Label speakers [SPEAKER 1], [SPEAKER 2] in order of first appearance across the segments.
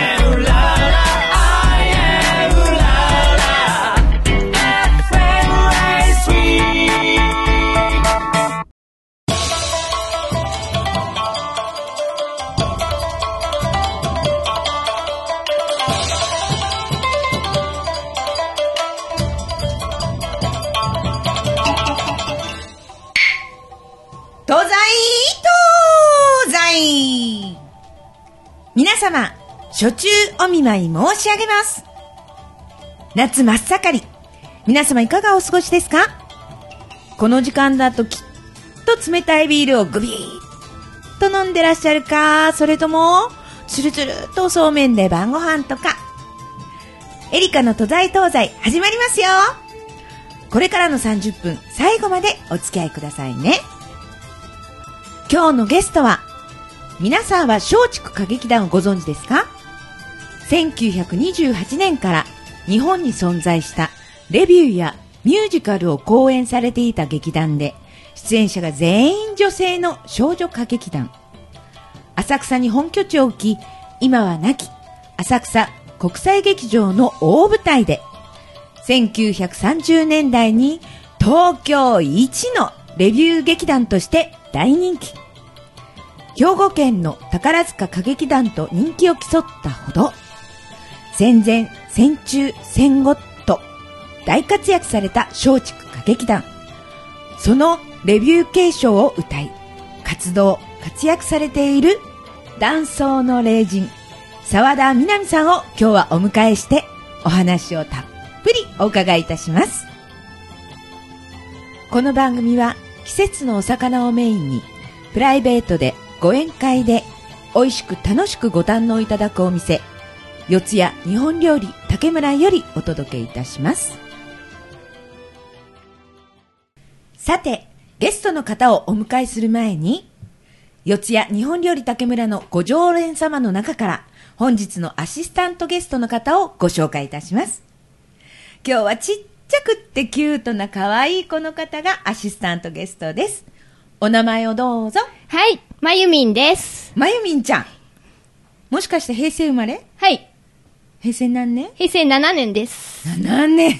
[SPEAKER 1] am Lala, I am Lala, FM Live Suite.
[SPEAKER 2] 東西東西皆様、初中お見舞い申し上げます。夏真っ盛り。皆様いかがお過ごしですかこの時間だときっと冷たいビールをグビーッと飲んでらっしゃるか、それとも、つるつるっとそうめんで晩ご飯とか。エリカの都在東西始まりますよこれからの30分、最後までお付き合いくださいね。今日のゲストは、皆さんは松竹歌劇団をご存知ですか ?1928 年から日本に存在したレビューやミュージカルを公演されていた劇団で、出演者が全員女性の少女歌劇団。浅草に本拠地を置き、今は亡き浅草国際劇場の大舞台で、1930年代に東京一のレビュー劇団として大人気。兵庫県の宝塚歌劇団と人気を競ったほど、戦前、戦中、戦後と大活躍された松竹歌劇団。そのレビュー継承を歌い、活動、活躍されている、断層の霊人、沢田みなみさんを今日はお迎えして、お話をたっぷりお伺いいたします。この番組は、季節のお魚をメインに、プライベートで、ご宴会で、美味しく楽しくご堪能いただくお店、四谷日本料理竹村よりお届けいたします。さて、ゲストの方をお迎えする前に、四谷日本料理竹村のご常連様の中から、本日のアシスタントゲストの方をご紹介いたします。今日はちっちゃくってキュートな可愛いこの方がアシスタントゲストです。お名前をどうぞ。
[SPEAKER 3] はい、まゆみんです。
[SPEAKER 2] まゆみんちゃん。もしかして平成生まれ
[SPEAKER 3] はい、
[SPEAKER 2] 平成何年
[SPEAKER 3] 平成7年です。
[SPEAKER 2] ?7 年。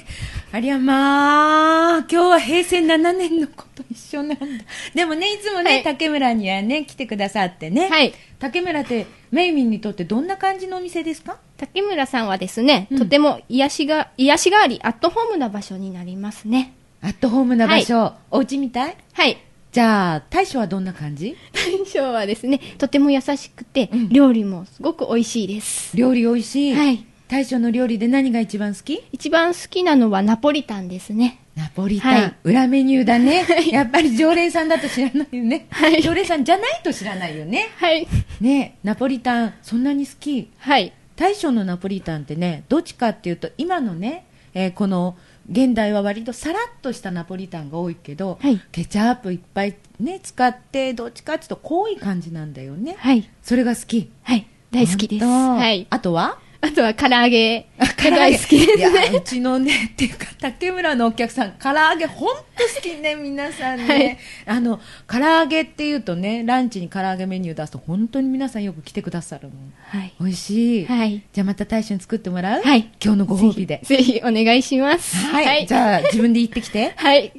[SPEAKER 2] ありゃまあ、今日は平成7年の子と一緒なんだ。でもね、いつもね、
[SPEAKER 3] はい
[SPEAKER 2] 竹村にはね、来てくださってね。
[SPEAKER 3] はい
[SPEAKER 2] 竹村って、まゆみんにとってどんな感じのお店ですか
[SPEAKER 3] 竹村さんはですね、
[SPEAKER 2] うん
[SPEAKER 3] とても癒しが、癒しがあり、アットホームな場所になりますね。
[SPEAKER 2] アットホームな場所。お家みたい
[SPEAKER 3] はい。
[SPEAKER 2] じゃあ、大将はどんな感じ
[SPEAKER 3] 大将はですね、とても優しくて、
[SPEAKER 2] うん
[SPEAKER 3] 料理もすごく美味しいです。
[SPEAKER 2] 料理美味しい。
[SPEAKER 3] はい。
[SPEAKER 2] 大将の料理で何が一番好き
[SPEAKER 3] 一番好きなのはナポリタンですね。
[SPEAKER 2] ナポリタン、
[SPEAKER 3] はい
[SPEAKER 2] 裏メニューだね、やっぱり常連さんだと知らないよね、
[SPEAKER 3] はい
[SPEAKER 2] 常連さんじゃないと知らないよね
[SPEAKER 3] はい。
[SPEAKER 2] ねえナポリタンそんなに好き
[SPEAKER 3] はい。
[SPEAKER 2] 大将のナポリタンってねどっちかっていうと今のね、えーこの現代は割とさらっとしたナポリタンが多いけど、
[SPEAKER 3] はい
[SPEAKER 2] ケチャップいっぱいね使ってどっちかっていうと濃い感じなんだよね、
[SPEAKER 3] はい。
[SPEAKER 2] それが好き
[SPEAKER 3] はい。大好きです。
[SPEAKER 2] 本当
[SPEAKER 3] はい。
[SPEAKER 2] あとは
[SPEAKER 3] あとは唐揚げが大好きです
[SPEAKER 2] いや
[SPEAKER 3] ね。
[SPEAKER 2] うちのねっていうか竹村のお客さん唐揚げ本当好きね皆さんね、あの唐揚げっていうとねランチに唐揚げメニュー出すと本当に皆さんよく来てくださるの
[SPEAKER 3] はい。
[SPEAKER 2] 美味しい、
[SPEAKER 3] はい。
[SPEAKER 2] じゃあまた大将に作ってもらう、
[SPEAKER 3] はい
[SPEAKER 2] 今日のご褒美で
[SPEAKER 3] ぜひお願いします。
[SPEAKER 2] はい、じゃあ自分で行ってき て
[SPEAKER 3] はい。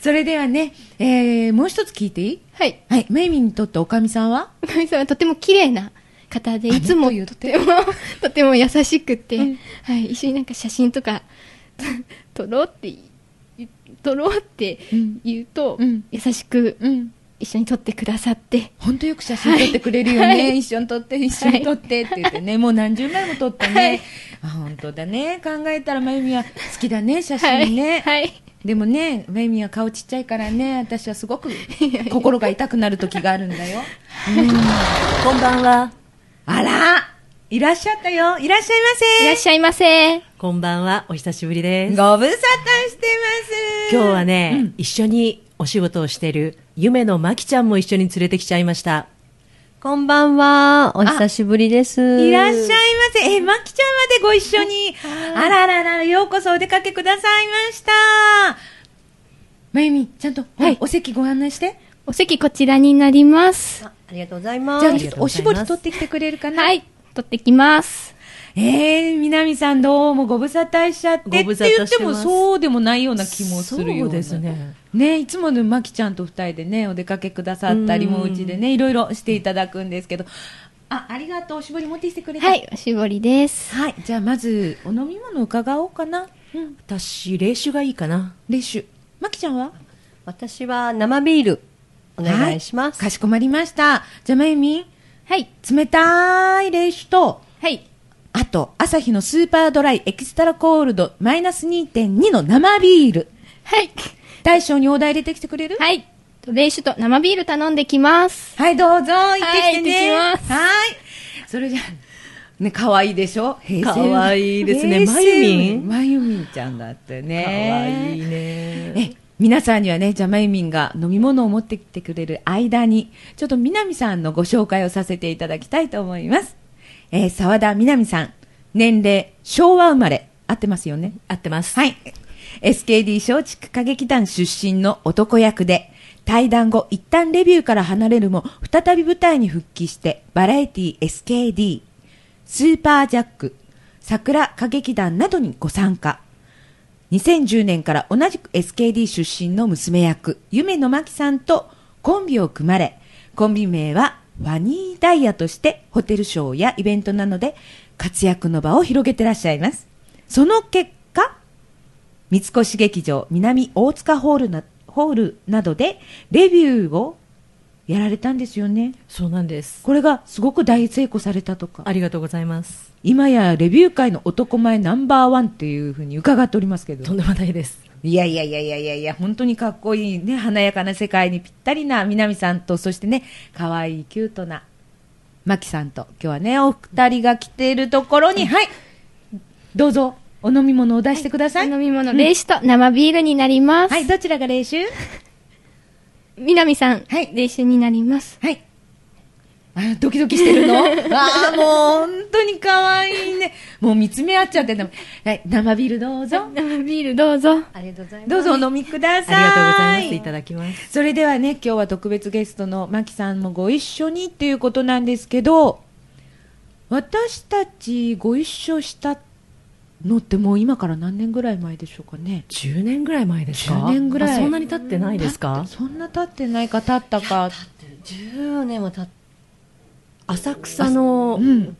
[SPEAKER 2] それではね、えーもう一つ聞いていい
[SPEAKER 3] はい。
[SPEAKER 2] はいメイミンにとっておかみさんは
[SPEAKER 3] おかみさんはとても綺麗な方で、
[SPEAKER 2] あ
[SPEAKER 3] いつも
[SPEAKER 2] もっと言うと
[SPEAKER 3] とて も、とても優しくて、
[SPEAKER 2] うん
[SPEAKER 3] はい、一緒になんか写真とか、 と撮ろうってい、撮ろうって
[SPEAKER 2] うん
[SPEAKER 3] 言うと、
[SPEAKER 2] うん
[SPEAKER 3] 優しく
[SPEAKER 2] うん
[SPEAKER 3] 一緒に撮ってくださって、
[SPEAKER 2] 本当よく写真撮ってくれるよね、
[SPEAKER 3] はいはい
[SPEAKER 2] 一緒に撮って一緒に撮ってって言ってね、もう何十枚も撮ってね、あ本当だね考えたらまゆみは好きだね写
[SPEAKER 3] はい、
[SPEAKER 2] 真ね、
[SPEAKER 3] はい、
[SPEAKER 2] でもねまゆみは顔ちっちゃいからね私はすごく心が痛くなる時があるんだよ
[SPEAKER 4] こんばんは。
[SPEAKER 2] あらいらっしゃったよいらっしゃい
[SPEAKER 3] いらっしゃいませ。
[SPEAKER 4] こんばんは。お久しぶり
[SPEAKER 2] ま
[SPEAKER 4] で
[SPEAKER 2] せ
[SPEAKER 4] す。
[SPEAKER 2] ご無沙汰してます
[SPEAKER 4] 今日はね、
[SPEAKER 2] うん
[SPEAKER 4] 一緒にお仕事をしてる夢のまきちゃんも一緒に連れてきちゃいました。
[SPEAKER 5] こんばんは。お久しぶりです。
[SPEAKER 2] いらっしゃいませ。え、まきちゃんまでご一緒に。あらららら、ようこそお出かけくださいました。まゆみ、ちゃんと、
[SPEAKER 3] はい
[SPEAKER 2] おお席ご案内して。
[SPEAKER 3] お席こちらになります。
[SPEAKER 5] ありがとうございま
[SPEAKER 2] じゃあ
[SPEAKER 5] す。
[SPEAKER 2] ちょっとおしぼり取ってきてくれるかな
[SPEAKER 3] はい、取ってきます。
[SPEAKER 2] ええ南さんどうもご無沙汰しちゃって
[SPEAKER 4] ご無沙汰してます
[SPEAKER 2] って言ってもそうでもないような気もするような
[SPEAKER 4] そうですね。
[SPEAKER 2] ねいつものまきちゃんと二人でねお出かけくださったり
[SPEAKER 4] うん
[SPEAKER 2] もうちでねいろいろしていただくんですけどあありがとうおしぼり持ってきてくれた
[SPEAKER 3] はい、おしぼりです。
[SPEAKER 2] はいじゃあまずお飲み物伺おうかなうん
[SPEAKER 4] 私、冷酒がいいかな。
[SPEAKER 2] レッシュまきちゃんは
[SPEAKER 5] 私は生ビール、お願いします。
[SPEAKER 2] かしこまりましたじゃあまゆみん
[SPEAKER 3] はい、
[SPEAKER 2] 冷たいレッシュと
[SPEAKER 3] はい、
[SPEAKER 2] あと朝日のスーパードライエキストラコールドマイナス2.2の生ビール
[SPEAKER 3] はい、
[SPEAKER 2] 大将にオーダー入れてきてくれるい、
[SPEAKER 3] はい。冷酒と生ビール頼んできます。
[SPEAKER 2] はい、どうぞ、行ってきてね。
[SPEAKER 3] はい行ってきます
[SPEAKER 2] はいそれじゃあ、ね、可愛いでしょ平成
[SPEAKER 4] 可愛いですね
[SPEAKER 2] 平成
[SPEAKER 4] まゆみん
[SPEAKER 2] まゆみんちゃんだって
[SPEAKER 4] か
[SPEAKER 2] ね。
[SPEAKER 4] わいいね。
[SPEAKER 2] え皆さんにはね、じゃあまゆみんが飲み物を持ってきてくれる間に、ちょっとみなみさんのご紹介をさせていただきたいと思います。えー、沢田みなみさん、年齢、昭和生まれ、合ってますよね
[SPEAKER 4] 合ってます。
[SPEAKER 2] はい。SKD 松竹歌劇団出身の男役で、対談後、一旦レビューから離れるも、再び舞台に復帰して、バラエティ SKD、スーパージャック、桜歌劇団などにご参加。2010年から同じく SKD 出身の娘役、夢のまきさんとコンビを組まれ、コンビ名はファニーダイヤとしてホテルショーやイベントなどで活躍の場を広げてらっしゃいます。その結果、三越劇場南大塚ホールなホールなどでレビューをやられたんですよね。
[SPEAKER 4] そうなんです。
[SPEAKER 2] これがすごく大成功されたとか。
[SPEAKER 4] ありがとうございます。
[SPEAKER 2] 今やレビュー界の男前ナンバーワンっていうふうに伺っておりますけど
[SPEAKER 4] とん。でもないです。
[SPEAKER 2] いやいやいやいやいやいや、本当にかっこいいね、華やかな世界にぴったりな南さんと、そしてね、可愛いキュートなマキさんと、今日はね、お二人が来ているところに、はい、どうぞ、お飲み物を出してください。
[SPEAKER 3] お飲み物、冷酒と生ビールになります。
[SPEAKER 2] はい、どちらが練習
[SPEAKER 3] 南さん、
[SPEAKER 2] はい
[SPEAKER 3] 冷酒になります。
[SPEAKER 2] はい。あドキドキしてるのああ、もう本当に可愛いね。もう見つめ合っちゃってんだもんはい、生ビールどうぞ。
[SPEAKER 3] 生ビールどうぞ。
[SPEAKER 5] ありがとうございます。
[SPEAKER 2] どうぞお飲みくだ
[SPEAKER 4] あ
[SPEAKER 2] さ
[SPEAKER 4] り
[SPEAKER 2] い。
[SPEAKER 4] がとうございます。いただきます。
[SPEAKER 2] それではね、今日は特別ゲストのマキさんもご一緒にっていうことなんですけど、私たちご一緒したのってもう今から何年ぐらい前でしょうかね。
[SPEAKER 4] 10年ぐらい前ですか
[SPEAKER 2] 10年ぐらい
[SPEAKER 4] あそんなに経ってないですか
[SPEAKER 2] そんな経ってないか経ったか。
[SPEAKER 5] 10年は経っ
[SPEAKER 4] 浅草の
[SPEAKER 2] うん、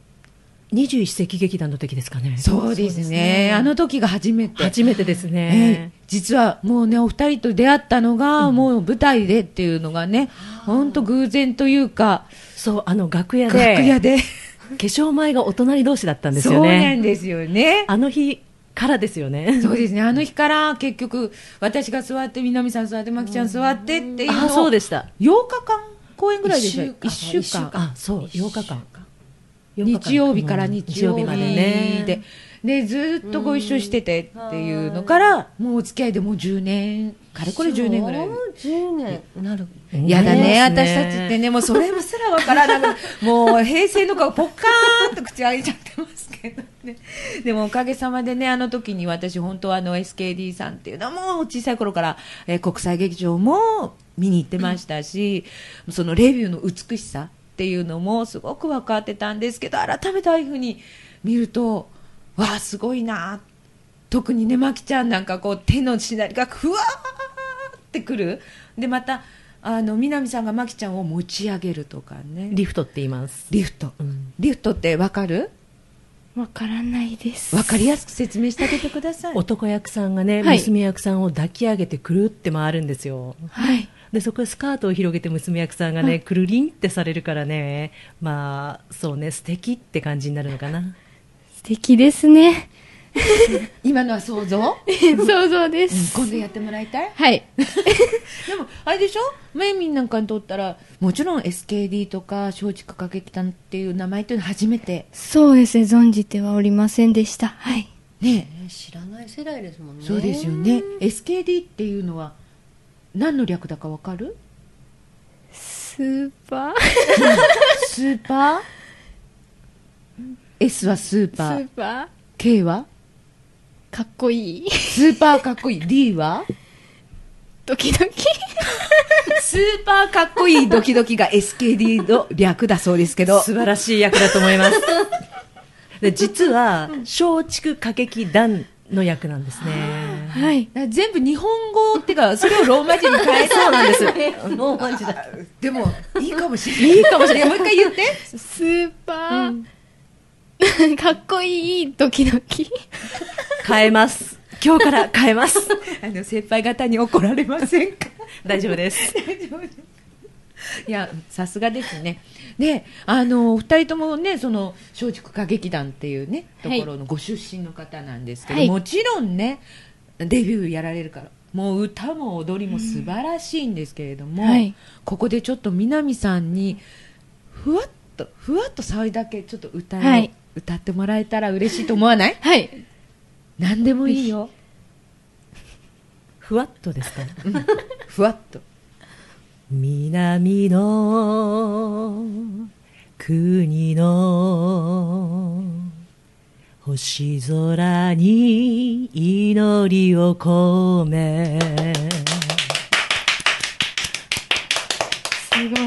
[SPEAKER 4] 21世紀劇団の時ですかね。
[SPEAKER 2] そうですね。あの時が初めて。
[SPEAKER 4] 初めてです
[SPEAKER 2] ええ
[SPEAKER 4] ね。
[SPEAKER 2] 実はもうねお二人と出会ったのが、もう舞台でっていうのがね本当偶然というか
[SPEAKER 4] そう、あの楽屋
[SPEAKER 2] 楽
[SPEAKER 4] で。
[SPEAKER 2] 屋で
[SPEAKER 4] 化粧前がお隣同士だったんです
[SPEAKER 2] そう
[SPEAKER 4] よ
[SPEAKER 2] なん
[SPEAKER 4] ね。
[SPEAKER 2] ですよね
[SPEAKER 4] あの日からですよね。
[SPEAKER 2] そうですねあの日から結局私が座って南さん座ってマキちゃん座ってっていうのを
[SPEAKER 4] あ、そうでした。
[SPEAKER 2] 8日間公演ぐらいでした
[SPEAKER 5] 一週間
[SPEAKER 2] 一週間
[SPEAKER 4] あ、そう、8日間。8日間
[SPEAKER 2] 日曜日から
[SPEAKER 4] うん
[SPEAKER 2] 日曜日までねででずっとご一緒しててっていうのからもうお付き合いでもう10年かれこれ10年ぐらい
[SPEAKER 5] もう10年なる。
[SPEAKER 2] やだね、
[SPEAKER 4] 思います
[SPEAKER 2] 私たちってね、もうそれもすらわからなくて、もう平成の顔、ぽっかーんと口開いちゃってますけどね。でもおかげさまでね、あの時に私、本当はあの SKD さんっていうのはもう小さい頃から、えー国際劇場も見に行ってましたし、そのレビューの美しさっていうのもすごく分かってたんですけど、改めてああいうふうに見ると、わあ、すごいな特にね、まきちゃんなんかこう、手のしなりがふわーってくる。で、また、あの、南さんがまきちゃんを持ち上げるとかね。
[SPEAKER 4] リフトって言います。
[SPEAKER 2] リフト。
[SPEAKER 4] うん
[SPEAKER 2] リフトってわかる
[SPEAKER 3] わからないです。
[SPEAKER 2] わかりやすく説明してあげてください。
[SPEAKER 4] 男役さんがね、
[SPEAKER 3] はい
[SPEAKER 4] 娘役さんを抱き上げてくるって回るんですよ。
[SPEAKER 3] はい。
[SPEAKER 4] でそこでスカートを広げて娘役さんがね、くるりんってされるからね、まあ、そうね、素敵って感じになるのかな。
[SPEAKER 3] 素敵ですね。
[SPEAKER 2] 今のは想像、うん
[SPEAKER 3] 想像です。
[SPEAKER 2] 今度やってもらいたい
[SPEAKER 3] はい。
[SPEAKER 2] でも、あれでしょメイミンなんかにとったら、もちろん SKD とか松竹歌劇団っていう名前っていうのは初めて。
[SPEAKER 3] そうですね、存じてはおりませんでした。はい。
[SPEAKER 2] ね
[SPEAKER 5] ね知らない世代ですもんね。
[SPEAKER 2] そうですよね。SKD っていうのは、何の略だかわか る
[SPEAKER 3] スーパー
[SPEAKER 2] スーパー ?S はスー
[SPEAKER 3] ス
[SPEAKER 2] パー
[SPEAKER 3] ー。パー
[SPEAKER 2] K は
[SPEAKER 3] かっこいい。
[SPEAKER 2] スーパーかっこいい。D は
[SPEAKER 3] ドキドキ。
[SPEAKER 2] スーパーかっこいいドキドキが SKD の略だそうですけど。
[SPEAKER 4] 素晴らしい役だと思 います。で実は松竹歌劇団の役なんですね。
[SPEAKER 3] はい。
[SPEAKER 2] だから全部日本語っていうか、それをローマ字に変えたそうなんです。
[SPEAKER 5] もうマジだ。
[SPEAKER 2] でも、いいかもしれない。いいかもしれない。もう一回言って。
[SPEAKER 3] スーパー、 かっこいいドキドキ。
[SPEAKER 4] 変えます。今日から変えます。
[SPEAKER 2] あの、先輩方に怒られませんか
[SPEAKER 4] 大丈夫です。
[SPEAKER 2] いや、さすがですね。で、あの、お二人ともね、その、松竹歌劇団っていうね、と
[SPEAKER 3] はい
[SPEAKER 2] ころのご出身の方なんですけど、
[SPEAKER 3] はい
[SPEAKER 2] もちろんね、デビューやられるから、もう歌も踊りも素晴らしいんですけれども、
[SPEAKER 3] うんはい
[SPEAKER 2] ここでちょっと南さんに、ふわっと、ふわっと騒いだけちょっと歌を、
[SPEAKER 3] はい
[SPEAKER 2] 歌ってもらえたら嬉しいと思わ ない
[SPEAKER 3] はい。
[SPEAKER 2] 何でもいいよ。
[SPEAKER 4] ふわっとですか。
[SPEAKER 2] ふわっ と。
[SPEAKER 4] 南の国の星空に祈りを込め
[SPEAKER 3] すごい。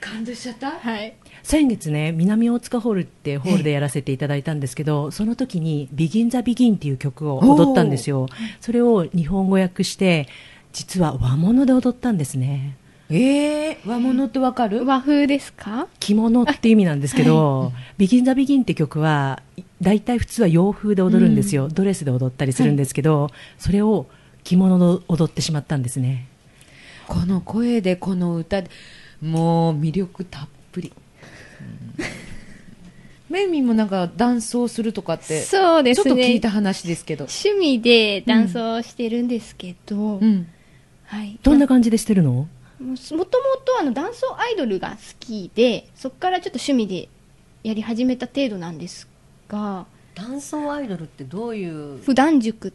[SPEAKER 2] 感動しちゃった
[SPEAKER 3] はい。
[SPEAKER 4] 先月ね南大塚ホールってホールでやらせていただいたんですけどその時に「ビギン・ザ・ビギン」っていう曲を踊ったんですよそれを日本語訳して実は和物で踊ったんですね
[SPEAKER 2] ええ和物ってわかる
[SPEAKER 3] 和風ですか
[SPEAKER 4] 着物って意味なんですけど、ビギン・ザ・ビギンって曲は大体普通は洋風で踊るんですよ、ドレスで踊ったりするんですけど、それを着物で踊ってしまったんですね
[SPEAKER 2] この声でこの歌でもう魅力たっぷりメイミンもなんかダンスをするとかって
[SPEAKER 3] そうです
[SPEAKER 2] ちょっと聞
[SPEAKER 3] ね
[SPEAKER 2] いた。話ですけど、
[SPEAKER 3] 趣味でダンスをしてるんですけど、
[SPEAKER 2] うん、
[SPEAKER 3] はい。
[SPEAKER 4] どんな感じでしてるの
[SPEAKER 3] もともとあのダンスアイドルが好きでそこからちょっと趣味でやり始めた程度なんですが
[SPEAKER 5] 男装アイドルってどういう
[SPEAKER 3] 普段塾っ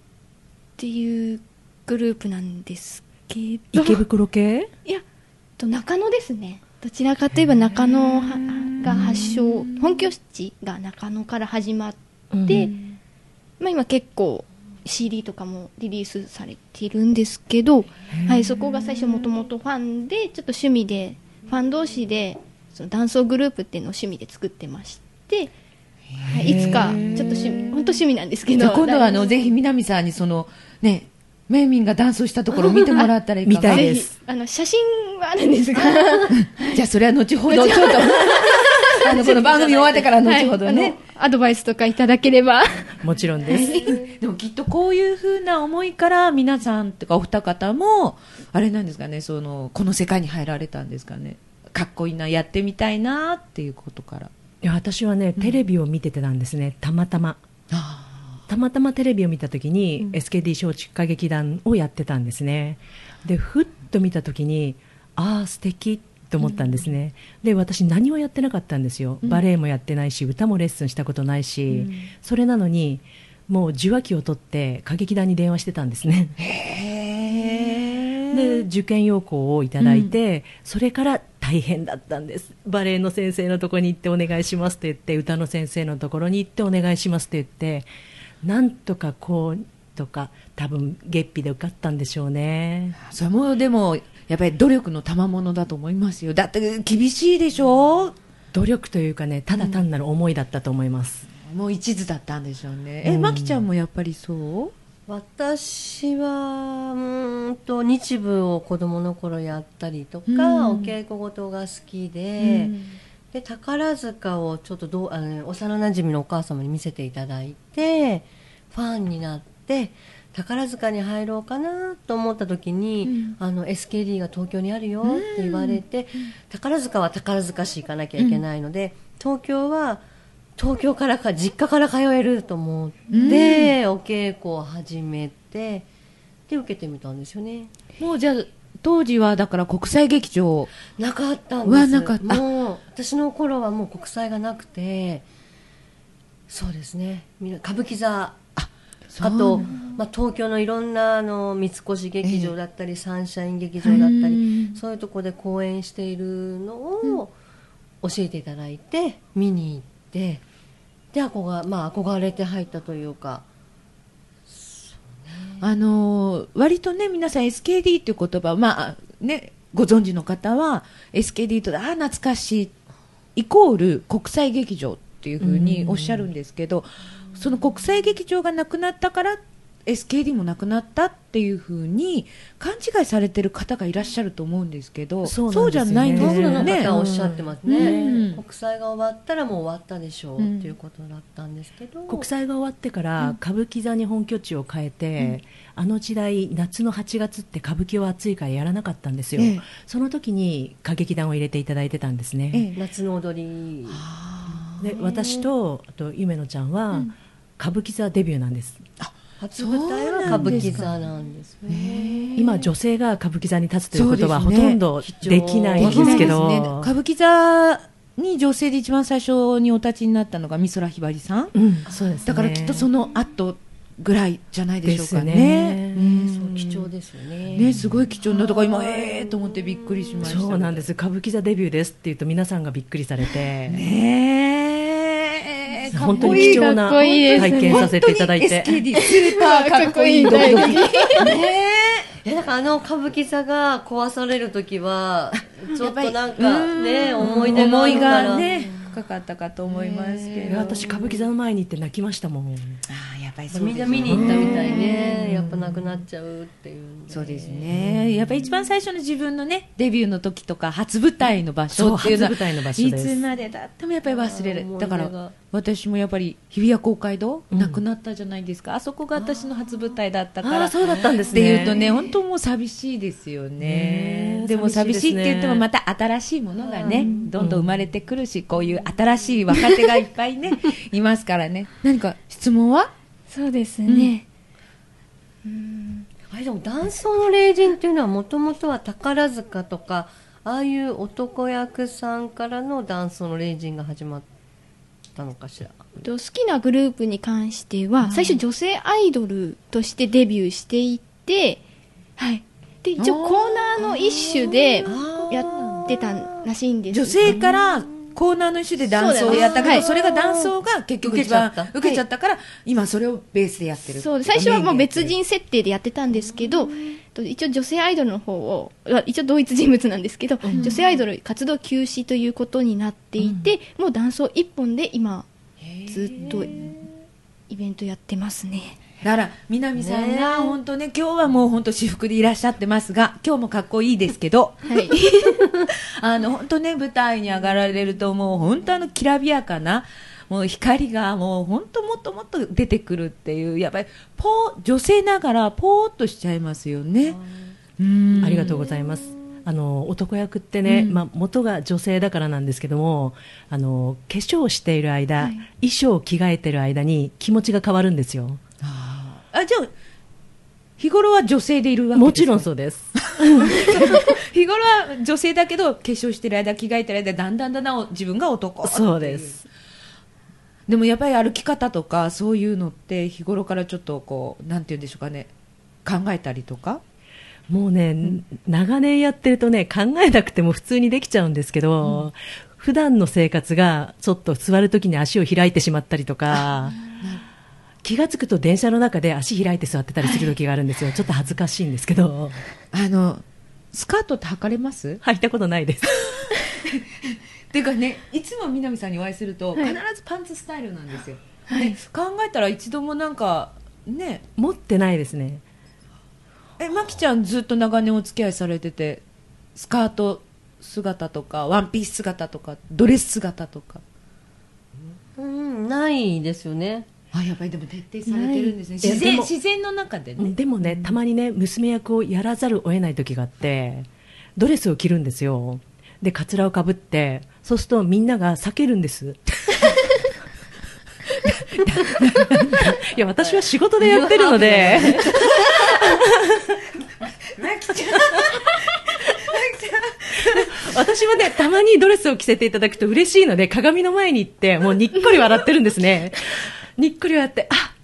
[SPEAKER 3] ていうグループなんですけど
[SPEAKER 4] 池袋系
[SPEAKER 3] いやと中野ですねどちらかといえば中野はが発祥本拠地が中野から始まって、
[SPEAKER 4] うん
[SPEAKER 3] まあ、今結構 CD とかもリリースされているんですけど、はい、そこが最初もともとファンでちょっと趣味でファン同士でそのダンスグループっていうのを趣味で作ってまして、はい、いつかちょっと趣味本当趣味なんですけ
[SPEAKER 2] じゃ
[SPEAKER 3] ど
[SPEAKER 2] あ今度はあのぜひ南さんにそのねメイミンがダンスをしたところを見てもらったらいいかな
[SPEAKER 4] 見たいで
[SPEAKER 3] ぜひ
[SPEAKER 4] す
[SPEAKER 3] あの写真はあるんですが
[SPEAKER 2] じゃあそれは後ほどちょっと あのこの番組終わってから後ほどね、
[SPEAKER 3] はいあのアドバイスとかいただければ
[SPEAKER 4] もちろんです
[SPEAKER 2] でもきっとこういうふうな思いから皆さんとかお二方もあれなんですかねそのこの世界に入られたんですかねかっこいいなやってみたいなっていうことから
[SPEAKER 4] いや私はねテレビを見ててなんですね、たまたま
[SPEAKER 2] あ
[SPEAKER 4] たまたまテレビを見た時に、SKD 松竹歌劇団をやってたんですねでふっと見た時にああ素敵と思ったんですね、で私何もやってなかったんですよ、バレエもやってないし歌もレッスンしたことないし、それなのにもう受話器を取って歌劇団に電話してたんですねで受験要項をいただいて、それから大変だったんですバレエの先生のところに行ってお願いしますと言って歌の先生のところに行ってお願いしますと言ってなんとかこうとか多分月日で受かったんでしょうね
[SPEAKER 2] あそれもでもやっぱり努力の賜物だと思いますよだって厳しいでしょ
[SPEAKER 4] 努力というかねただ単なる思いだったと思います、
[SPEAKER 2] もう一途だったんでしょうねえ
[SPEAKER 4] うん
[SPEAKER 2] まきちゃんもやっぱりそう
[SPEAKER 5] 私はうーんと日舞を子供の頃やったりとか、
[SPEAKER 2] うん
[SPEAKER 5] お稽古事が好きで,、
[SPEAKER 2] うん
[SPEAKER 5] で宝塚をちょっとどうあの幼なじみのお母様に見せていただいてファンになって宝塚に入ろうかなと思った時に、あの SKD が東京にあるよって言われて、宝塚は宝塚市行かなきゃいけないので、東京は東京からか実家から通えると思って、お稽古を始めてで受けてみたんですよね
[SPEAKER 2] もうじゃあ当時はだから国際劇場
[SPEAKER 5] なかったん
[SPEAKER 2] う
[SPEAKER 5] で
[SPEAKER 2] わ
[SPEAKER 5] す
[SPEAKER 2] なかった
[SPEAKER 5] もう私の頃はもう国際がなくてそうですねみんな歌舞伎座
[SPEAKER 2] そう
[SPEAKER 5] あと、まあ、東京のいろんなあの三越劇場だったり、サンシャイン劇場だったりそういうとこで公演しているのを教えていただいて見に行ってで憧,、まあ、憧れて入ったというか
[SPEAKER 2] あのー割とね皆さん SKD という言葉まあねご存知の方は SKD とああ懐かしいイコール国際劇場っていうふうにおっしゃるんですけど、その国際劇場がなくなったから SKD もなくなったっていうふうに勘違いされてる方がいらっしゃると思うんですけど
[SPEAKER 4] そう
[SPEAKER 2] そうじ
[SPEAKER 4] な
[SPEAKER 2] ゃ
[SPEAKER 4] んですよね
[SPEAKER 2] ないんですよね。
[SPEAKER 5] どうなのかおっしゃってますね、
[SPEAKER 2] うん
[SPEAKER 5] 国際が終わったらもう終わったでしょう、
[SPEAKER 2] うん
[SPEAKER 5] っていうことだったんですけど
[SPEAKER 4] 国際が終わってから歌舞伎座に本拠地を変えて、あの時代夏の8月って歌舞伎は暑いからやらなかったんですよ、
[SPEAKER 2] ええ
[SPEAKER 4] その時に歌劇団を入れていただいてたんですね、
[SPEAKER 2] ええ
[SPEAKER 5] 夏の踊り
[SPEAKER 4] で私とあと夢野ちゃんは、歌舞伎座デビューなんです
[SPEAKER 5] 初舞台は歌舞伎座なんですね
[SPEAKER 4] 今女性が歌舞伎座に立つということは
[SPEAKER 2] そう
[SPEAKER 4] ほ
[SPEAKER 2] ですね
[SPEAKER 4] とんどできないんですけど
[SPEAKER 2] できないですね歌舞伎座に女性で一番最初にお立ちになったのが美空ひばりさん、
[SPEAKER 4] うん、そうですね
[SPEAKER 2] だからきっとその後ぐらいじゃないでしょうかね
[SPEAKER 4] ですね
[SPEAKER 2] うん
[SPEAKER 5] そう貴重ですよね
[SPEAKER 2] ねすごい貴重なとから今ええー、と思ってびっくりしました
[SPEAKER 4] そうなんです歌舞伎座デビューですって言うと皆さんがびっくりされて、
[SPEAKER 2] ねえ
[SPEAKER 4] 本当に貴重
[SPEAKER 3] か
[SPEAKER 4] な
[SPEAKER 3] っこいいですね
[SPEAKER 4] 体験させていただい
[SPEAKER 2] 本
[SPEAKER 4] て
[SPEAKER 2] 当に SKD スーパーかっこいいドキドキね
[SPEAKER 5] いやなんかあの歌舞伎座が壊される時はちょっとなんかね思い出が
[SPEAKER 2] 思
[SPEAKER 5] ある
[SPEAKER 2] い
[SPEAKER 5] から
[SPEAKER 2] がね深かったかと思いますけ
[SPEAKER 4] いや
[SPEAKER 2] ど、
[SPEAKER 4] 私歌舞伎座の前に行って泣きましたもん
[SPEAKER 2] あーやっぱりそう
[SPEAKER 5] みん
[SPEAKER 2] で
[SPEAKER 5] な
[SPEAKER 2] すね
[SPEAKER 5] 見に行ったみたいねやっぱなくなっちゃうっていう
[SPEAKER 2] そうですね、やっぱり一番最初の自分のねデビューの時とか初舞台の場所っていうのは
[SPEAKER 4] そう初舞台の場所です
[SPEAKER 2] いつまでだってもやっぱり忘れ
[SPEAKER 5] あー
[SPEAKER 2] る
[SPEAKER 5] 思い
[SPEAKER 2] だ
[SPEAKER 5] 出
[SPEAKER 2] か
[SPEAKER 5] が
[SPEAKER 2] ら私もやっぱり日比谷公会堂、
[SPEAKER 4] うん
[SPEAKER 2] なくなったじゃないですかあそこが私の初舞台だったから
[SPEAKER 4] あーそうだったんですね
[SPEAKER 2] っていうとね本当もう寂しいですよね
[SPEAKER 4] ねえ
[SPEAKER 2] でも寂
[SPEAKER 4] 寂
[SPEAKER 2] し
[SPEAKER 4] し
[SPEAKER 2] い
[SPEAKER 4] い
[SPEAKER 2] っ
[SPEAKER 4] です
[SPEAKER 2] て
[SPEAKER 4] ね
[SPEAKER 2] 言ってもまた新しいものがね、どんどん生まれてくるしこういう新しい若手がいっぱい ねいますからね何か質問は
[SPEAKER 3] そうですね、
[SPEAKER 5] あれでも男装の霊人っていうのはもともとは宝塚とかああいう男役さんからの男装の霊人が始まったのかしら
[SPEAKER 3] と好きなグループに関しては最初女性アイドルとしてデビューしていってはいで一応コーナーの一種でやってたらしいんです
[SPEAKER 2] 女性からコーナーの一種でダンスをやったけどそ,、れがダンスが結局一番
[SPEAKER 5] 受けちゃった
[SPEAKER 2] 受けちゃったから、今それをベースでやってる
[SPEAKER 3] そう最初はもう別
[SPEAKER 2] に
[SPEAKER 3] 人設定でやってたんですけど、と一応女性アイドルの方をあ一応同一人物なんですけど、女性アイドル活動休止ということになっていて、もう男装一本で今ずっとイベントやってますね
[SPEAKER 2] だから南さんが本当ね今日はもう本当私服でいらっしゃってますが今日もかっこいいですけど
[SPEAKER 3] はい
[SPEAKER 2] あの本当ね舞台に上がられるともう本当あのきらびやかなもう光がもう本当もっともっと出てくるっていうやっぱりポー女性ながらポーっとしちゃいますよねうん
[SPEAKER 4] ありがとうございます。あの男役ってね、まあ、元が女性だからなんですけどもあの化粧している間、衣装を着替えてる間に気持ちが変わるんですよ
[SPEAKER 2] あじゃあ日頃は女性でいるわけです、ね、
[SPEAKER 4] もちろんそうです
[SPEAKER 2] 日頃は女性だけど化粧してる間着替えてる間だんだんだんだん自分が男ってい
[SPEAKER 4] そうです
[SPEAKER 2] でもやっぱり歩き方とかそういうのって日頃からちょっとこうなんて言うんでしょうかね考えたりとか
[SPEAKER 4] もうね、長年やってるとね考えなくても普通にできちゃうんですけど、普段の生活がちょっと座るときに足を開いてしまったりとか気がつくと電車の中で足開いて座ってたりする時があるんですよ、ちょっと恥ずかしいんですけど
[SPEAKER 2] あのスカートって履かれます
[SPEAKER 4] 履いたことないです
[SPEAKER 2] っていうかねいつも南さんにお会いすると必ずパンツスタイルなんですよ、で考えたら一度もなんかね
[SPEAKER 4] 持ってないですね
[SPEAKER 2] えまきちゃんずっと長年お付き合いされててスカート姿とかワンピース姿とかドレス姿とか
[SPEAKER 5] うんないですよね
[SPEAKER 2] あやっぱりでも徹底されてるんですね
[SPEAKER 4] いや
[SPEAKER 2] 自然
[SPEAKER 4] でも
[SPEAKER 2] 自然の中でね、
[SPEAKER 4] でもね、たまにね、娘役をやらざるを得ない時があって、ドレスを着るんですよ。で、カツラをかぶって、そうするとみんなが避けるんです。いや、私は仕事でやってるので、
[SPEAKER 2] まきちゃん
[SPEAKER 4] 私はね、たまにドレスを着せていただくと嬉しいので、鏡の前に行って、もうにっこり笑ってるんですね。にっこり笑って、あ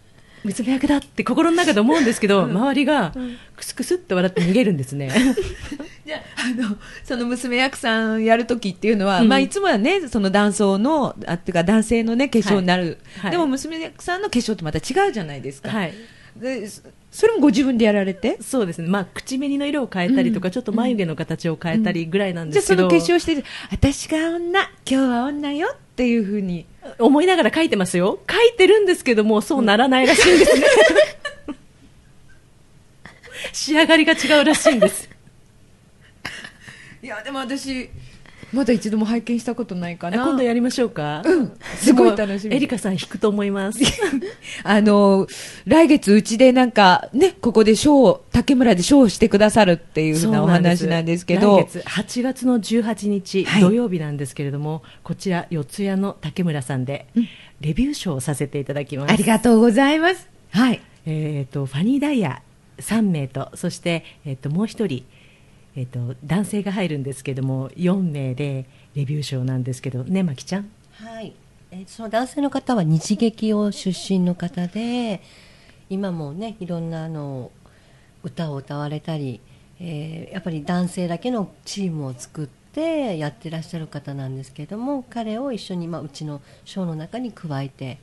[SPEAKER 4] 娘役だって心の中で思うんですけど、周りがクスクスって笑って逃げるんです ね。
[SPEAKER 2] じゃああのその娘役さんやる時っていうのは、
[SPEAKER 4] うん
[SPEAKER 2] まあ、いつもはねその男装のあっていうか男性のね化粧になる、
[SPEAKER 4] はいはい
[SPEAKER 2] でも娘役さんの化粧とまた違うじゃないですか、
[SPEAKER 4] はい。
[SPEAKER 2] でそそれもご自分でやられて
[SPEAKER 4] そうですね、まあ、口紅の色を変えたりとか、ちょっと眉毛の形を変えたりぐらいなん
[SPEAKER 2] じゃ
[SPEAKER 4] で
[SPEAKER 2] あ
[SPEAKER 4] すけ
[SPEAKER 2] そ
[SPEAKER 4] ど、
[SPEAKER 2] の化粧して私が女今日は女よっていうふうに
[SPEAKER 4] 思いながら書いてますよ書いてるんですけどもうそうならないらしいんですね、 仕上がりが違うらしいんです
[SPEAKER 2] いやでも私まだ一度も拝見したことないかな
[SPEAKER 4] 今度やりましょうか、
[SPEAKER 2] すごい楽しみ
[SPEAKER 4] エリカさん引くと思います
[SPEAKER 2] あの来月うちでなんかねここでショーを竹村でショーをしてくださるっていうふうなお話なんですけ
[SPEAKER 4] 来
[SPEAKER 2] ど
[SPEAKER 4] 月8月の18日、
[SPEAKER 2] はい
[SPEAKER 4] 土曜日なんですけれどもこちら四谷の竹村さんでレビュー賞をさせていただきます
[SPEAKER 2] ありがとうございますはい
[SPEAKER 4] えー、とファニーダイヤ3名とそして、えー、ともう1人、えー、と男性が入るんですけども4名でレビュー賞なんですけどねまきちゃん
[SPEAKER 5] はい、えーその男性の方は日劇を出身の方で今もねいろんなあの歌を歌われたり、えーやっぱり男性だけのチームを作ってやってらっしゃる方なんですけれども彼を一緒に、まあ、うちのショーの中に加えて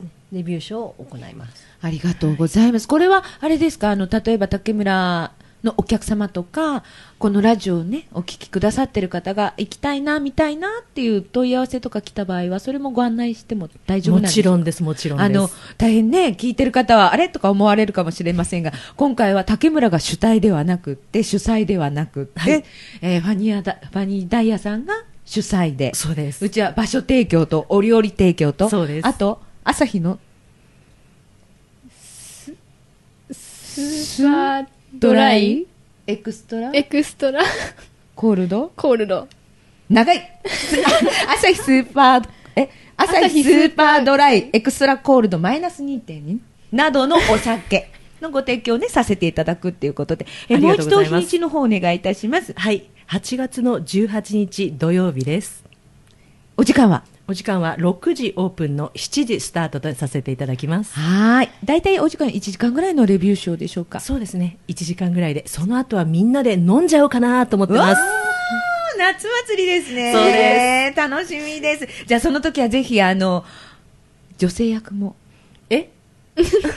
[SPEAKER 5] ねレビュー賞を行います。
[SPEAKER 2] ありがとうございます。これは、あれですか、あの、例えば竹村のお客様とか、このラジオをね、お聞きくださってる方が、行きたいな、見たいなっていう問い合わせとか来た場合は、それもご案内しても大丈夫なん
[SPEAKER 4] も
[SPEAKER 2] です
[SPEAKER 4] ち
[SPEAKER 2] か
[SPEAKER 4] ろんですもちろんです
[SPEAKER 2] あの、大変ね、聞いてる方は、あれとか思われるかもしれませんが、今回は竹村が主体ではなくって、主催ではなくって、
[SPEAKER 4] はい
[SPEAKER 2] えーファニアダ、ファニーダイヤさんが主催で、
[SPEAKER 4] そうです
[SPEAKER 2] うちは場所提供と、お料理提供と、
[SPEAKER 4] そうです
[SPEAKER 2] あと、朝日の
[SPEAKER 3] スーパードライ
[SPEAKER 2] エクストラ
[SPEAKER 3] エクストラ
[SPEAKER 2] コールド
[SPEAKER 3] コールド
[SPEAKER 2] 長い 朝日スーパーえ朝日スーパードライエクストラコールドマイナス2.2などのお 酒のご提供ねさせていただくっていうことでえ
[SPEAKER 4] あり
[SPEAKER 2] もう
[SPEAKER 4] がと
[SPEAKER 2] 一
[SPEAKER 4] うご
[SPEAKER 2] 度
[SPEAKER 4] ざいます
[SPEAKER 2] 日にちの方お願いいたします
[SPEAKER 4] はい8月の18日土曜日です
[SPEAKER 2] お時間は
[SPEAKER 4] お時間は6時オープンの7時スタートとさせていただきます
[SPEAKER 2] はーい大体お時間1時間ぐらいのレビューショーでしょうか
[SPEAKER 4] そうですね1時間ぐらいでその後はみんなで飲んじゃおうかなと思ってます
[SPEAKER 2] おー 夏祭りですね
[SPEAKER 4] そうです
[SPEAKER 2] 楽しみですじゃあその時はぜひあの女性役も
[SPEAKER 4] え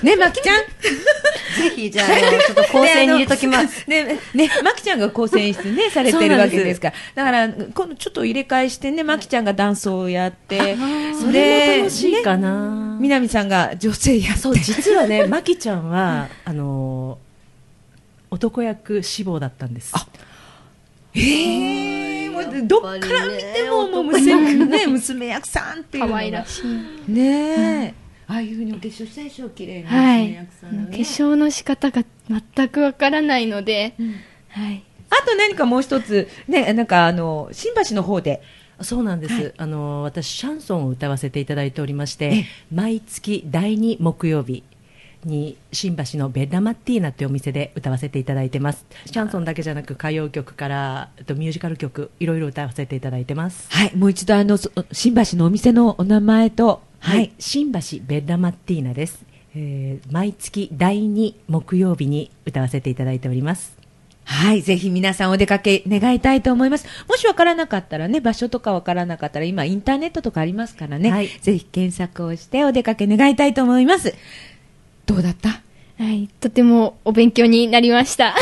[SPEAKER 2] ねまきちゃん
[SPEAKER 5] ぜひじゃあ あのちょっと構成に入れときます。
[SPEAKER 2] ね、あのね、ね、まきちゃんが構成演出ね、されてるわけですから。だから、今度ちょっと入れ替えしてね、まきちゃんがダンスをやって、
[SPEAKER 4] それも楽しいかな、
[SPEAKER 2] みなみさんが女性やって
[SPEAKER 4] そう実はね、 まきちゃんは、あの男役志望だったんです。
[SPEAKER 2] えーもうどっから見ても、もう
[SPEAKER 5] やっぱりね
[SPEAKER 2] 娘、ね、娘役さんっていうの
[SPEAKER 3] 可
[SPEAKER 2] が
[SPEAKER 3] 愛らしい
[SPEAKER 2] ねえああいうふうにお化粧したでしょ、綺麗な
[SPEAKER 3] はい
[SPEAKER 2] 娘役さ
[SPEAKER 3] あ
[SPEAKER 2] ん
[SPEAKER 3] の
[SPEAKER 2] が
[SPEAKER 3] 化
[SPEAKER 2] ね
[SPEAKER 3] 粧の仕方が全くわからないので、はい
[SPEAKER 2] あと何かもう一つ、ね、なんかあの、新橋の方で、
[SPEAKER 4] そうなんです。あの私シャンソンを歌わせていただいておりまして、毎月第2木曜日。に新橋のベダマッティーナというお店で歌わせていただいてますシャンソンだけじゃなく歌謡曲からえっとミュージカル曲いろいろ歌わせていただいてます
[SPEAKER 2] はい、もう一度あの、そ新橋のお店のお名前と、
[SPEAKER 4] はい、新橋ベッラマッティーナです、えー毎月第2木曜日に歌わせていただいております
[SPEAKER 2] はい。ぜひ皆さんお出かけ願いたいと思います。もしわからなかったらね、場所とかわからなかったら、今インターネットとかありますからね。
[SPEAKER 4] はい
[SPEAKER 2] ぜひ検索をしてお出かけ願いたいと思います。どうだった
[SPEAKER 3] はい、とてもお勉強になりました。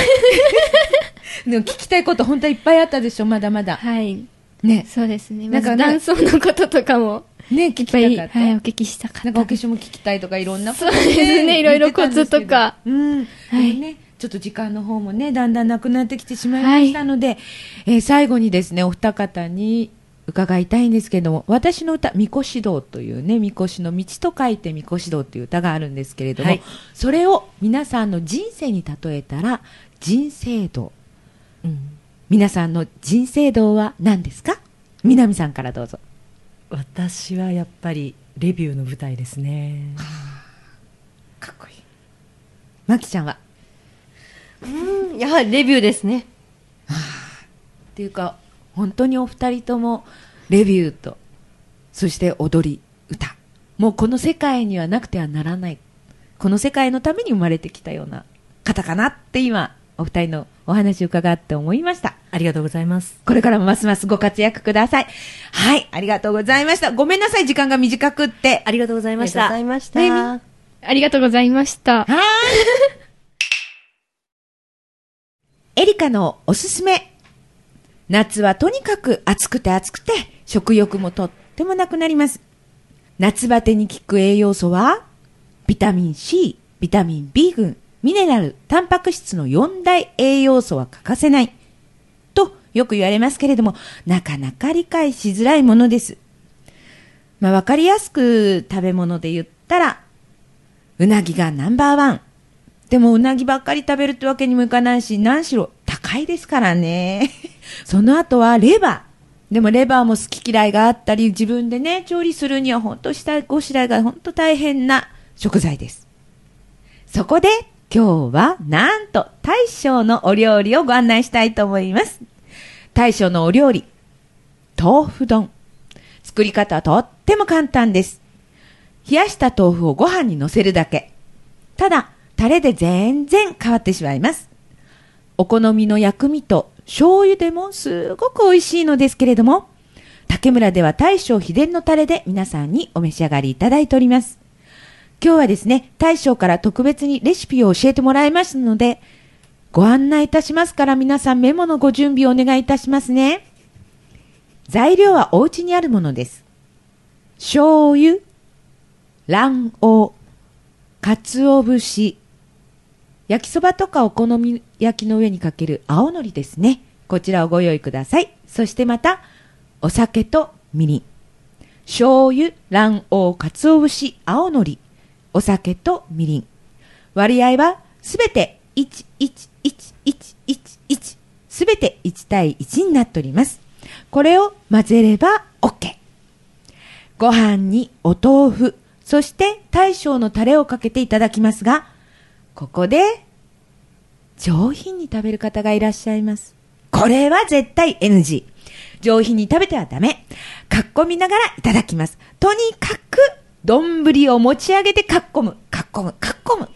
[SPEAKER 2] でも聞きたいこと本当はいっぱいあったでしょ、まだまだ。
[SPEAKER 3] はい、
[SPEAKER 2] ね。
[SPEAKER 3] そうですね。
[SPEAKER 2] な
[SPEAKER 3] ま
[SPEAKER 2] んか
[SPEAKER 3] ず
[SPEAKER 2] ね
[SPEAKER 3] 断層のこととかも、
[SPEAKER 2] ね、
[SPEAKER 3] い
[SPEAKER 2] 聞
[SPEAKER 3] っ
[SPEAKER 2] き
[SPEAKER 3] ぱい、
[SPEAKER 2] たかった。
[SPEAKER 3] はい、お聞きしたかった。
[SPEAKER 2] なんかお化粧も聞きたいとかいろんなこと
[SPEAKER 3] そうですねいろい
[SPEAKER 2] 言
[SPEAKER 3] ろ
[SPEAKER 2] ってたんですけど
[SPEAKER 3] コツとか
[SPEAKER 2] うん。
[SPEAKER 3] はい
[SPEAKER 2] でもね、ちょっと時間の方もね、だんだんなくなってきてしまいましたので、えー最後にですね、お二方に伺いたいんですけども、私の歌、みこし道というね、みこしの道と書いてみこし道という歌があるんですけれども、
[SPEAKER 4] はい
[SPEAKER 2] それを皆さんの人生に例えたら、人生道。
[SPEAKER 4] うん
[SPEAKER 2] 皆さんの人生道は何ですか南さんからどうぞ。
[SPEAKER 4] 私はやっぱりレビューの舞台ですね
[SPEAKER 2] かっこいい。まきちゃんは
[SPEAKER 5] うんやはりレビューですね。
[SPEAKER 2] っていうか本当にお二人ともレビューとそして踊り歌もうこの世界にはなくてはならないこの世界のために生まれてきたような方かなって今お二人のお話を伺って思いました
[SPEAKER 4] ありがとうございます
[SPEAKER 2] これからもますますご活躍くださいはいありがとうございましたごめんなさい時間が短くって
[SPEAKER 4] ありがとうござい
[SPEAKER 5] ありがとうございました。
[SPEAKER 2] まゆみ
[SPEAKER 3] ありがとうございました。
[SPEAKER 2] はーい。エリカのおすすめ。夏はとにかく暑くて暑くて、食欲もとってもなくなります。夏バテに効く栄養素は、ビタミン C、ビタミン B 群、ミネラル、タンパク質の4大栄養素は欠かせない。とよく言われますけれども、なかなか理解しづらいものです。まあ、わかりやすく食べ物で言ったら、うなぎがナンバーワン。でもうなぎばっかり食べるってわけにもいかないし、何しろ高いですからね。 その後はレバー。でもレバーも好き嫌いがあったり、自分でね、調理するには本当下ごしらえが本当大変な食材です。そこで今日はなんと大将のお料理をご案内したいと思います。大将のお料理、豆腐丼。作り方はとっても簡単です。冷やした豆腐をご飯に乗せるだけ。ただ、タレで全然変わってしまいます。お好みの薬味と醤油でもすごく美味しいのですけれども、竹村では大将秘伝のタレで皆さんにお召し上がりいただいております。今日はですね、大将から特別にレシピを教えてもらいますので、ご案内いたしますから皆さんメモのご準備をお願いいたしますね。材料はお家にあるものです。醤油、卵黄、鰹節、焼きそばとかお好み焼きの上にかける青のりですね。こちらをご用意ください。そしてまた、お酒とみりん。醤油、卵黄、鰹節、青のり。お酒とみりん。割合はすべて1111111すべて1対1になっております。これを混ぜれば OK。ご飯にお豆腐、そして大将のタレをかけていただきますが、ここで上品に食べる方がいらっしゃいます。これは絶対 NG。上品に食べてはダメ。かっこみながらいただきます。とにかく、丼を持ち上げてかっこむ、かっこむ、かっこむ。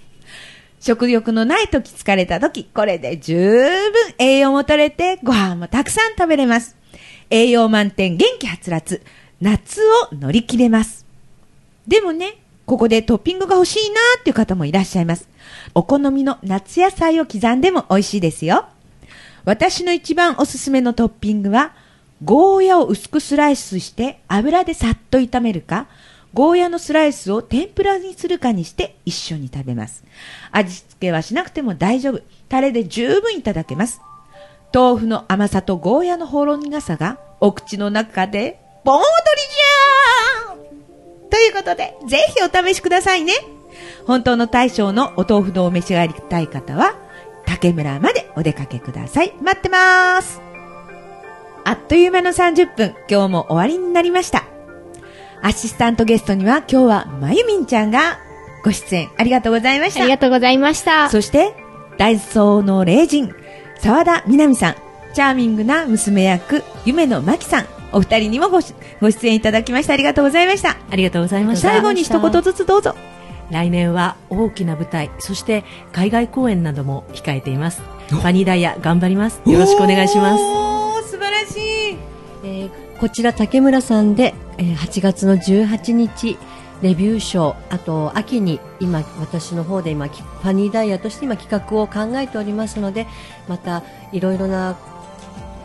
[SPEAKER 2] 食欲のない時、疲れた時、これで十分栄養も取れて、ご飯もたくさん食べれます。栄養満点、元気はつらつ、夏を乗り切れます。でもね、ここでトッピングが欲しいなーっていう方もいらっしゃいます。お好みの夏野菜を刻んでも美味しいですよ。私の一番おすすめのトッピングは、ゴーヤを薄くスライスして油でさっと炒めるか、ゴーヤのスライスを天ぷらにするかにして一緒に食べます。味付けはしなくても大丈夫。タレで十分いただけます。豆腐の甘さとゴーヤのほろ苦さがお口の中で盆踊りじゃーんということで、ぜひお試しくださいね。本当の大将のお豆腐丼を召し上がりたい方は、竹村までお出かけください。待ってます。あっという間の30分、今日も終わりになりました。アシスタントゲストには今日はまゆみんちゃんがご出演ありがとうございました
[SPEAKER 3] あり。がとうございました。
[SPEAKER 2] そして、ダイソーの霊人、沢田みなみさん、チャーミングな娘役、夢のまきさん、お二人にもごしご出演いただきましてありがとうございました。
[SPEAKER 4] ありがとうございました
[SPEAKER 2] 最後に一言ずつどうぞ。
[SPEAKER 4] 来年は大きな舞台そして海外公演なども控えていますファニーダイヤ頑張りますよろしくお願いします
[SPEAKER 2] おー素晴らしい。
[SPEAKER 5] えーこちら竹村さんで、えー8月の18日レビュー賞あと秋に今私の方で今きファニーダイヤとして今企画を考えておりますのでまたいろいろな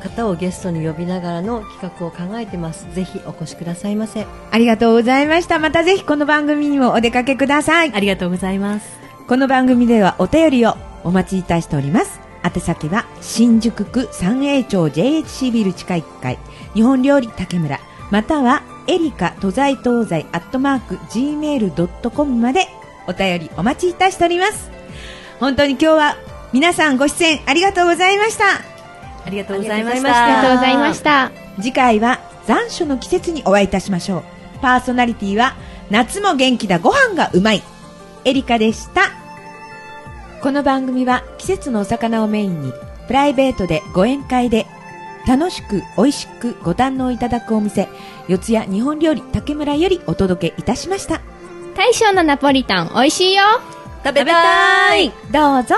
[SPEAKER 5] 方をゲストに呼びながらの企画を考えてますぜひお越しくださいませ
[SPEAKER 2] ありがとうございました。またぜひこの番組にもお出かけください。
[SPEAKER 4] ありがとうございます
[SPEAKER 2] この番組ではお便りをお待ちいたしております。宛先は新宿区三栄町 JHC ビル地下1階日本料理竹村またはエリカ都在東西アットマーク gmail.com までお便りお待ちいたしております。本当に今日は皆さんご出演ありがとうございました。
[SPEAKER 4] ありがとうございまし
[SPEAKER 3] ありがとう
[SPEAKER 4] た
[SPEAKER 3] ございました。
[SPEAKER 2] 次回は残暑の季節にお会いいたしましょう。パーソナリティは夏も元気だご飯がうまい。エリカでした。この番組は季節のお魚をメインにプライベートでご宴会で楽しく美味しくご堪能いただくお店四谷日本料理竹村よりお届けいたしました。
[SPEAKER 3] 大将のナポリタン、美味しいよ
[SPEAKER 5] 食べたい
[SPEAKER 2] どうぞ。